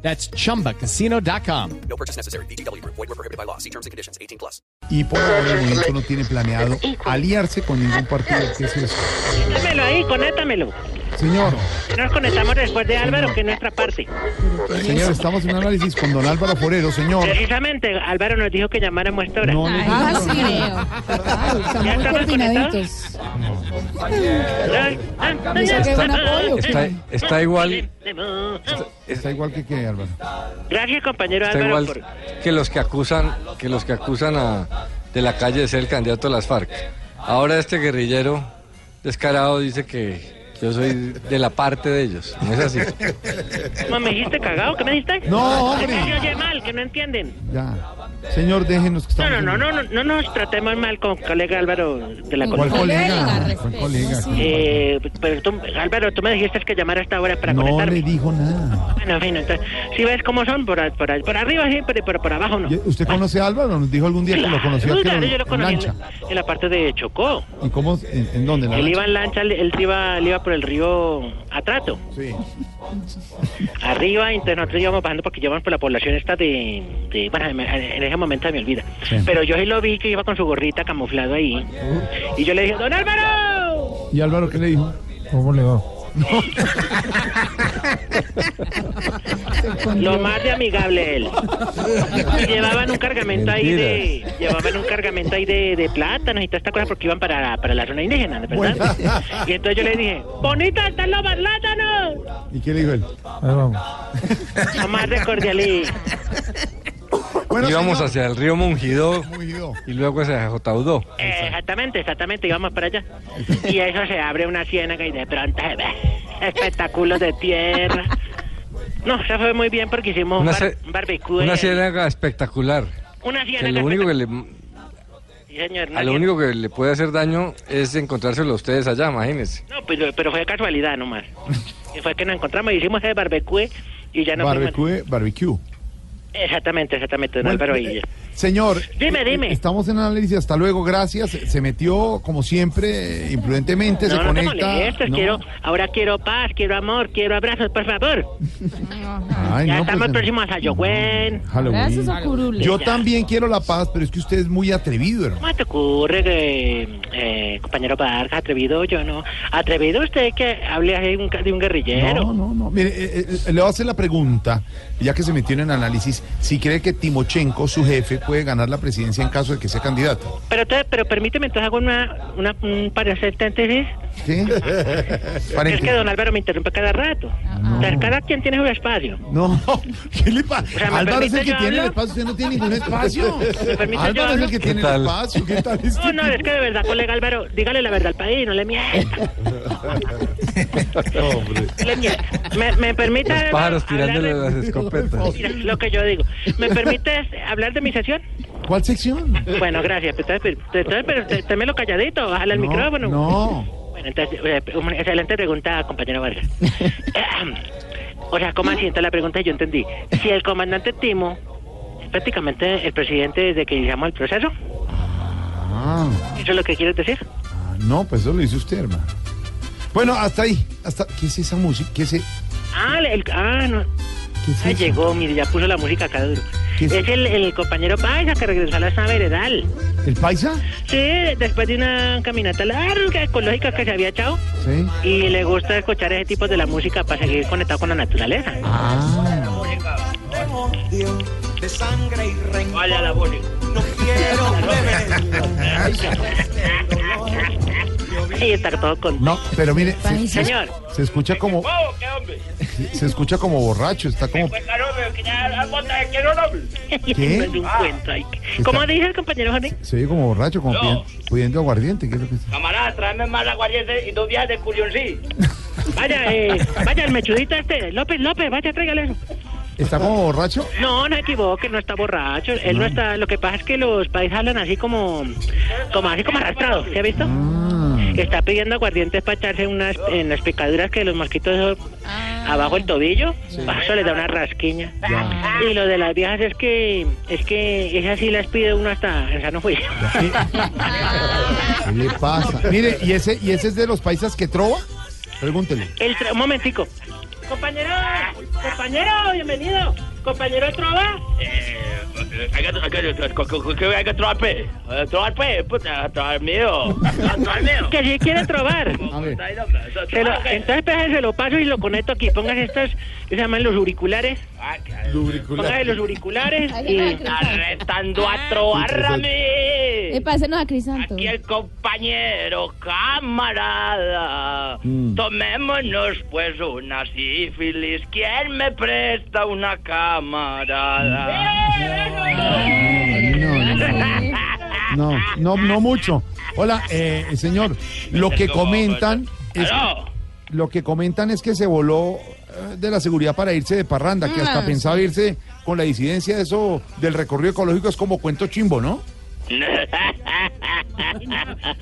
That's chumbacasino.com. No purchase necessary. BGW. Void were prohibited by law. See terms and conditions. 18 plus. Y por ahora el movimiento no tiene planeado aliarse con ningún partido. ¿Qué es eso? Conéctamelo ahí, conéctamelo. Señor, Nos conectamos después de Álvaro, que es nuestra parte. señor, estamos en un análisis con don Álvaro Forero, señor. Precisamente, Álvaro nos dijo que llamáramos a esta hora. No, no, Ay, más creo. Claro, están ¿Ya muy estamos coordinaditos. saqué un apoyo. Está, está igual, está igual que qué, Álvaro. Gracias, compañero está Álvaro. igual por- que los que acusan, que los que acusan a de la calle de ser el candidato de las FARC. Ahora este guerrillero descarado dice que yo soy de la parte de ellos. No es así. ¿Cómo me dijiste cagado? ¿Qué me dijiste? No, hombre. Que se oye mal, que no entienden. Ya. Señor, déjenos que No, estamos. no, no, no, no, no nos tratemos mal con colega Álvaro de la ¿Cuál Costa. colega? Colega, ¿Cuál colega? respeto, Eh, pero tú, Álvaro, tú me dijiste que llamara a esta hora para No conectarme. le dijo nada. Bueno, bueno, entonces, si ves cómo son, por, a- por, a- por arriba sí, pero, pero por abajo no. ¿Y ¿Usted conoce a Álvaro? Nos dijo algún día que lo conocía Claro, que era yo lo en conocí en, lancha. en la parte de Chocó. ¿Y cómo? ¿En, en dónde? ¿En la Él lancha? iba en lancha, él, él iba, él iba por el río Atrato. Sí. Arriba, entonces nosotros íbamos bajando porque llevamos por la población esta de... de- bueno, me- en ese momento se me olvida. Sí. Pero yo sí lo vi que iba con su gorrita camuflado ahí. Y yo le dije, ¡Don Álvaro! ¿Y Álvaro qué le dijo? ¿Cómo le va? Lo más de amigable él. Y llevaban un cargamento ahí de... Mentiras. Llevaban un cargamento ahí de, de plátanos y todas estas cosas porque iban para, para la zona indígena, ¿verdad? Bueno. Y entonces yo le dije, ¡Bonita están los plátanos! ¿Y qué le dijo él? Ahí vamos. Lo más de cordial y... Bueno, Íbamos señor. hacia el río Mungidó Muy ido. y luego hacia Jotaudó. Eh, Exactamente, exactamente, íbamos para allá. Y eso se abre una ciénaga y de pronto se ve espectáculos de tierra. No, se fue muy bien porque hicimos Una, bar- ce- un barbecue. una eh, ciénaga espectacular. una Que ciénaga. lo único que le, Sí, señor, una a lo ciénaga. único que le puede hacer daño es encontrárselo a ustedes allá, imagínense. No, pero, pero fue casualidad nomás. Y fue que nos encontramos y hicimos ese barbecue y ya nos fuimos. Barbecue, barbecue. Exactamente, exactamente, don Bueno, Álvaro. eh, Y, Señor, Dime, eh, dime. Estamos en análisis, hasta luego, gracias. Se metió, como siempre, eh, imprudentemente, se no, no te conecta. molestes, No. quiero, ahora quiero paz, quiero amor, quiero abrazos, por favor. Ay, ya no, estamos pues, próximos a Sayogüen. Halloween. Gracias a Curule. Yo Ya. también quiero la paz, pero es que usted es muy atrevido, hermano. ¿Cómo te ocurre, que, eh, compañero Vargas? Atrevido yo no. Atrevido usted que hable ahí un ca- de un guerrillero. No, no, no. Mire, eh, eh, le voy a hacer la pregunta, ya que se metió en el análisis, si cree que Timochenko, su jefe, puede ganar la presidencia en caso de que sea candidato. Pero, te- pero permíteme, entonces hago una, una, un paréntesis. ¿Sí? Es que Paréntesis. don Álvaro me interrumpe cada rato. O sea, Cada quien tiene su espacio. No, ¿qué le pasa? sea, ¿me Álvaro es el permite que yo tiene el hablo? espacio, usted no tiene ningún espacio. permite yo Álvaro es el hablo? que ¿Qué tiene el tal? espacio, ¿qué tal este No, no, es que de verdad, colega Álvaro, dígale la verdad al país, no le mienta. No le mienta. ¿Me, me permite Los pájaros hablar de- tirándole las escopetas. Mira, lo que yo digo. ¿Me permites hablar de mi sesión? ¿Cuál sección? Bueno, gracias. Pero, pero, pero, pero te- témelo calladito, bájale el No, micrófono. No. Bueno, entonces, eh, una excelente pregunta, compañero Vargas. Ehem. o sea, ¿cómo así? Entonces la pregunta yo entendí. Si el comandante Timo es prácticamente el presidente desde que iniciamos el proceso, Ah, ¿eso es lo que quieres decir? ah, no, pues eso lo hizo usted, hermano. Bueno, hasta ahí. Hasta... ¿Qué es esa música? ¿Qué es, e- Ah, el, ah no. qué es Ah, eso? llegó, mire, ya puso la música acá duro. ¿Qué es? Es el, el compañero Paisa que regresó a la zona veredal. ¿El paisa? Sí, después de una caminata larga, ecológica que se había echado. Sí. Y le gusta escuchar ese tipo de la música para seguir conectado con la naturaleza. Ah, odio de sangre y rencor. Vaya la música. No quiero Sí, está todo con... no, pero mire, se, se- Señor. se escucha como se escucha como borracho, está como Pues, ¿Qué? No encuentro ahí. ¿Cómo dice el compañero Jorge? se oye como borracho, como pidiendo, pidiendo aguardiente, ¿qué es lo que es? Camarada, tráeme más la guardiente y dos viajes de curioncillo. eh, Vaya, eh, vaya, el mechudito este, López, López, vaya, tráigale eso. ¿Está como borracho? No, no equivoque, no está borracho. Él no está. Lo que pasa es que los país hablan así como, como así como arrastrado. ¿Se ha visto? Está pidiendo aguardientes para echarse unas en las picaduras que los mosquitos eso, abajo el tobillo. Ah, Eso le da una rasquiña. Y lo de las viejas es que es que esas sí las pide uno hasta en sano juicio. ¿Qué le pasa? Mire, ¿y ese, ¿y ese es de los paisas que trova? Pregúntele. El tra- un momentico. Compañero, compañero, bienvenido. Compañero Trova. Eh, Hay que trobar, pues. Eh, Trobar, pues, puta, trobar mío. Trobar mío. Que si quiere trobar. A ver. Se Ah, lo- entonces pues, se lo paso y lo conecto aquí. Póngase estos, que se llaman los auriculares. Póngase los auriculares y... Ah. Arrestando a trobar a mí. Epa, ese no es a Crisanto. Aquí el compañero camarada. Mm. Tomémonos pues una sífilis. ¿Quién me presta una Ah, camarada? Ah, No, no, no mucho. Hola, eh, señor, lo que comentan es Aló. lo que comentan es que se voló eh, de la seguridad para irse de parranda, que hasta pensaba irse con la disidencia de eso del recorrido ecológico es como cuento chimbo, ¿no?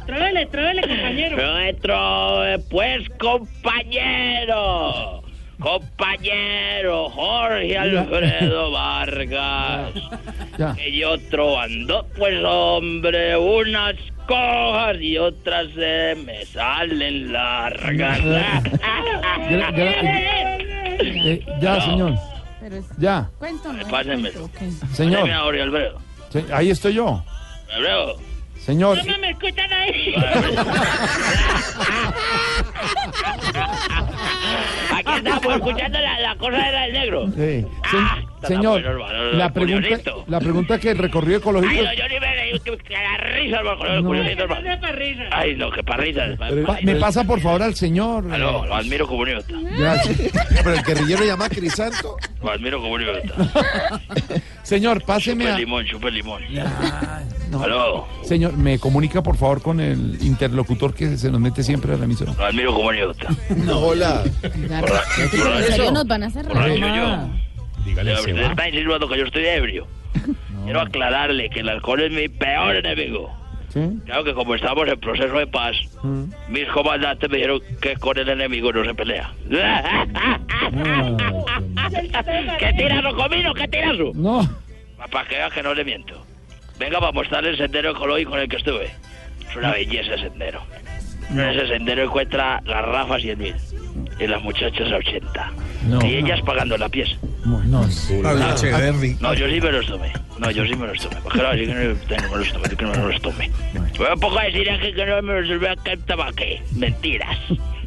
Tróbele, tróbele, compañero. Nuestro, eh, pues, compañero. Compañero Jorge Alfredo Vargas. Ya. Que yo trovando, pues, hombre, unas cojas y otras se me salen largas. Ya, ya, Eh, ya, señor. Pero es... Ya, Cuento, ¿no? Pásenme. Ok. señor. Deme a Jorge Alfredo. Se- ahí estoy yo. Alfredo. Pues Señor, me escuchan ahí. Aquí estamos escuchando la, la cosa era del negro. eh, se- Ah, está señor, bueno, hermano, la lo pregunta, curioso. la pregunta que el recorrido Ay, ecológico no, yo ni me reí, que- que la risa, hermano, con el No. culito, hermano. Ay, no, que para risas. pa- Pa- pa- Eh, me pasa por favor al señor. Ah, no, lo admiro como un idiota. Gracias. Pero el guerrillero llama a Crisanto. Lo admiro como un idiota. Señor, páseme Chupa el a, limón, chupa el limón. Aló, Señor, me comunica por favor con el interlocutor que se nos mete siempre a la emisora. lo admiro como un idiota. Hola. Ya, estos empresarios nos van a cerrar. Ah, Borracho yo. Dígale, Usted está insinuando que yo estoy ebrio. Quiero aclararle que el alcohol es mi peor enemigo. ¿Sí? Claro que como estamos en proceso de paz, mis comandantes me dijeron que con el enemigo no se pelea. ¡Qué tirazo, comino! ¡Qué tirazo! No, Para que vea que no le miento. Venga para mostrarle el sendero ecológico en el que estuve. Es una belleza el sendero. En ese sendero encuentra garrafas 100 mil y las muchachas a 80. No. y ellas pagando la pieza. no, no. Pablo Echeverry. No, yo sí me los tomé. No, yo sí me los tomé. Porque no, yo que no me los tomé, yo que no me los tomé. Me un poco a decir aquí que no me los tomé acá en tabaque. Mentiras.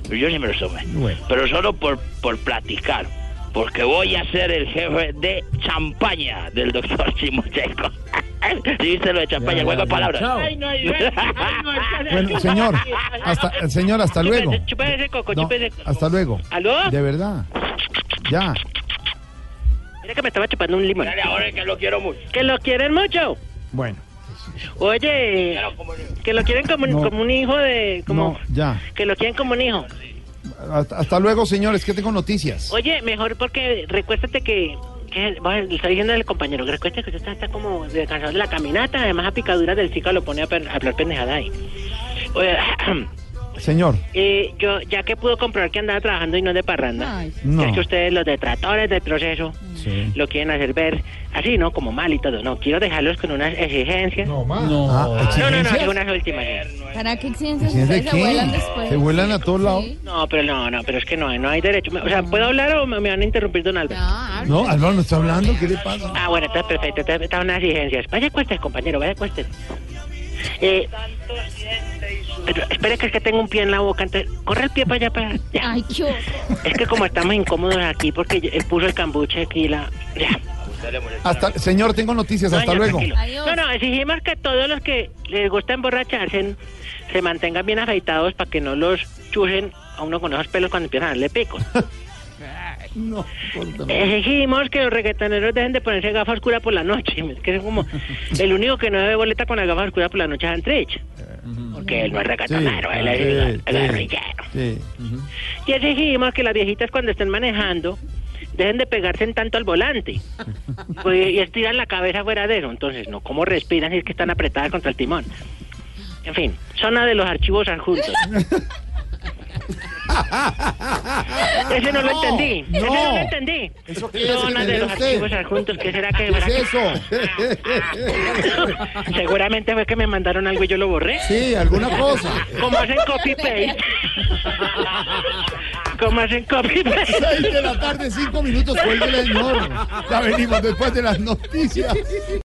Pero yo sí me los tomé. Bueno. Pero solo por, por platicar. Porque voy a ser el jefe de champaña del doctor Chimocheco. ¿Sí viste lo de champaña? Juego de palabras. Ay, no, ay, no, Bueno, señor, hasta, señor, hasta luego. Chúpese ese coco, No, chúpese ese coco. hasta luego. ¿Aló? De verdad. Ya. Mira que me estaba chupando un limón. Dale, ahora que lo quiero mucho. Que lo quieren mucho. Bueno. Oye, Pero como- que lo quieren como, No. como un hijo de... Como, No, ya. Que lo quieren como un hijo. Hasta, hasta luego, señor, es que tengo noticias. Oye, mejor porque recuéstate que... que bueno, le está diciendo el compañero que recuéstate que usted está, está como descansado de la caminata. Además, a picaduras del cica lo pone a, per- a hablar pendejada ahí. Oye, Señor, eh, yo ya que pudo comprobar que andaba trabajando y no de parranda. Ay, no. Es que ustedes, los detractores del proceso, Sí. lo quieren hacer ver así, ¿no? Como mal y todo. No, quiero dejarlos con unas exigencias. No, Ah, no, no, ¿exigencias? unas últimas. ¿Para qué exigencias? ¿Exigencias de Ustedes se vuelan qué? después. Se vuelan a todos lados. Sí. No, pero no, no, pero es que no, no hay derecho. O sea, ¿puedo hablar o me me van a interrumpir, don Álvaro? No, No, Álvaro no está hablando, ¿qué le pasa? Ah, bueno, está perfecto, está, está unas exigencias. Vaya cuestas, compañero, vaya cuestas. Eh, pero espera que es que tengo un pie en la boca. Entonces, corre el pie para allá, para... Ya. Ay, qué horror. Es que como estamos incómodos aquí porque él puso el cambuche aquí la... Ya. Hasta, señor, tengo noticias, hasta Doña, luego. tranquilo. Adiós. No, no, exigimos que todos los que les gusta emborracharse se mantengan bien afeitados para que no los chujen a uno con esos pelos cuando empiezan a darle picos. No, córtame. Eh, Exigimos que los reggaetoneros dejen de ponerse gafa oscura por la noche. Es que es como el único que no debe boleta con la gafa oscura por la noche es Andrich. Porque él no Eh. Sí, es reggaetonero, él es sí, guerrillero. sí, sí. Y exigimos que las viejitas cuando estén manejando dejen de pegarse en tanto al volante. Pues, y estiran la cabeza fuera de eso. Entonces, no, ¿cómo respiran si es que están apretadas contra el timón? En fin, zona de los archivos adjuntos. Ese no, lo entendí. Ese no lo entendí. ¿Eso qué es? Zona de los ¿Usted? archivos adjuntos. ¿Qué será que habrá ¿Qué que- es Ah. eso? Seguramente fue que me mandaron algo y yo lo borré. Sí, alguna cosa. Como hacen copy paste. Como hacen copy paste. Seis de la tarde, cinco minutos, cuélguele, señor. Ya venimos después de las noticias.